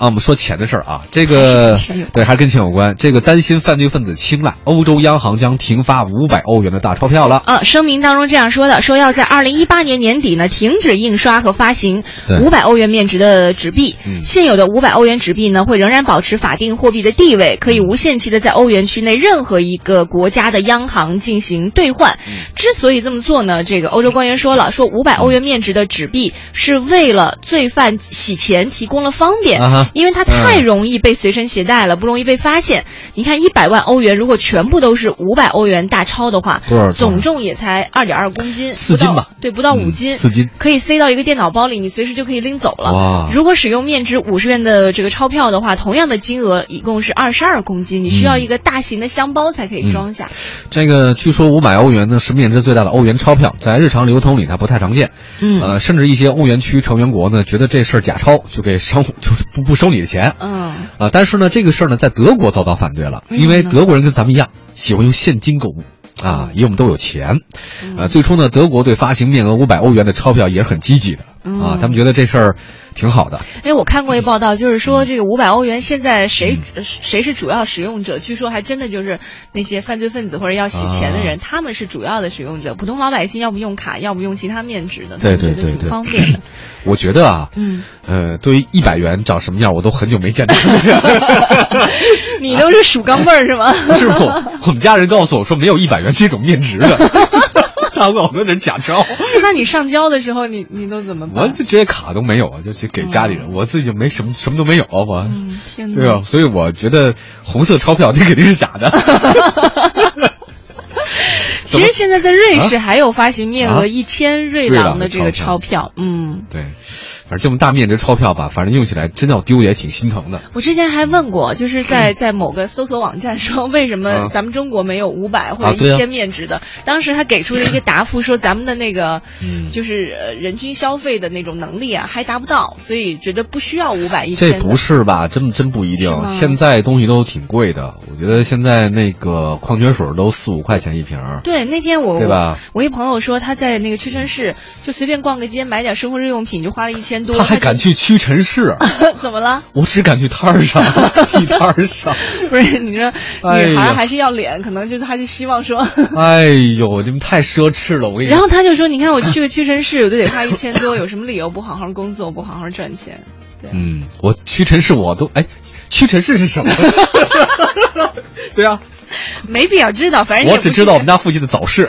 啊，我们说钱的事儿啊，这个还是跟钱有关对还是跟钱有关。这个担心犯罪分子青睐，欧洲央行将停发五百欧元的大钞票了。呃，声明当中这样说的，说要在二零一八年年底呢停止印刷和发行对五百欧元面值的纸币，嗯现有的五百欧元纸币呢会仍然保持法定货币的地位，可以无限期的在欧元区内任何一个国家的央行进行兑换。嗯之所以这么做呢，这个欧洲官员说了，说五百欧元面值的纸币是为了罪犯洗钱提供了方便，啊哈因为它太容易被随身携带了，不容易被发现。你看，一百万欧元如果全部都是五百欧元大钞的话，多少总重也才二点二公斤，四斤不到吧对，不到五嗯斤，四斤可以塞到一个电脑包里，你随时就可以拎走了哇。如果使用面值五十元的这个钞票的话，同样的金额一共是二十二公斤，你嗯需要一个大型的箱包才可以装下。这个据说五百欧元呢是面值最大的欧元钞票，在日常流通里它不太常见。嗯呃，甚至一些欧元区成员国呢觉得这事儿假钞，就给商户就是不不收你的钱。嗯，啊，但是呢，这个事儿呢，在德国遭到反对了，为因为什么呢德国人跟咱们一样，喜欢用现金购物。啊，嗯因为我们都有钱，呃，最初呢，德国对发行面额五百欧元的钞票也是很积极的啊嗯，他们觉得这事儿挺好的，因为哎我看过一报道，就是嗯说这个五百欧元现在谁、呃谁是主要使用者？据说还真的就是那些犯罪分子或者要洗钱啊的人，他们是主要的使用者。普通老百姓要不用卡，要不用其他面值的，对对他们觉得对挺对方便的。我觉得啊，嗯，呃，对于一百元长什么样，我都很久没见到。 你都是数钢镚儿是吗？不是我，我们家人告诉我说没有一百元这种面值的， 他告诉我那是假钞。 那你上交的时候，你你都怎么我办？就直接卡都没有啊，就去给家里人，我自己就没什么什么都没有啊，我，哦嗯天哪对啊吧？所以我觉得红色钞票那肯定是假的。 其实现在在瑞士还有发行面额啊一千瑞瑞郎郎的的这个钞钞票，嗯。对，反正这么大面值钞票吧，反正用起来真要丢也挺心疼的。我之前还问过，就是在在某个搜索网站说，为什么嗯啊咱们中国没有五百或啊者对一啊千面值的？当时他给出了一个答复，说咱们的那个，嗯就是呃人均消费的那种能力啊，还达不到，所以觉得不需要五百一千。这不是吧？真真不一是吗定。现在东西都挺贵的，我觉得现在那个矿泉水都四五块钱一瓶儿。对，那天我对吧我一朋友说他在那个屈臣氏就随便逛个街买点生活日用品就花了一千多，他还就敢去屈臣氏，啊怎么了？我只敢去摊儿上， 地摊儿 上。不是你说哎女孩儿呀还是要脸，可能就他就希望说。哎呦，你们太奢侈了，我跟你然讲。后他就说：“你看我去个屈臣氏，我都得花一千多，有什么理由不好好工作，不好好赚钱？”对，嗯，我屈臣氏我都哎，屈臣氏是什么？ 对啊，没必要知道，反正你我哎也不只是知道我们家附近的早市。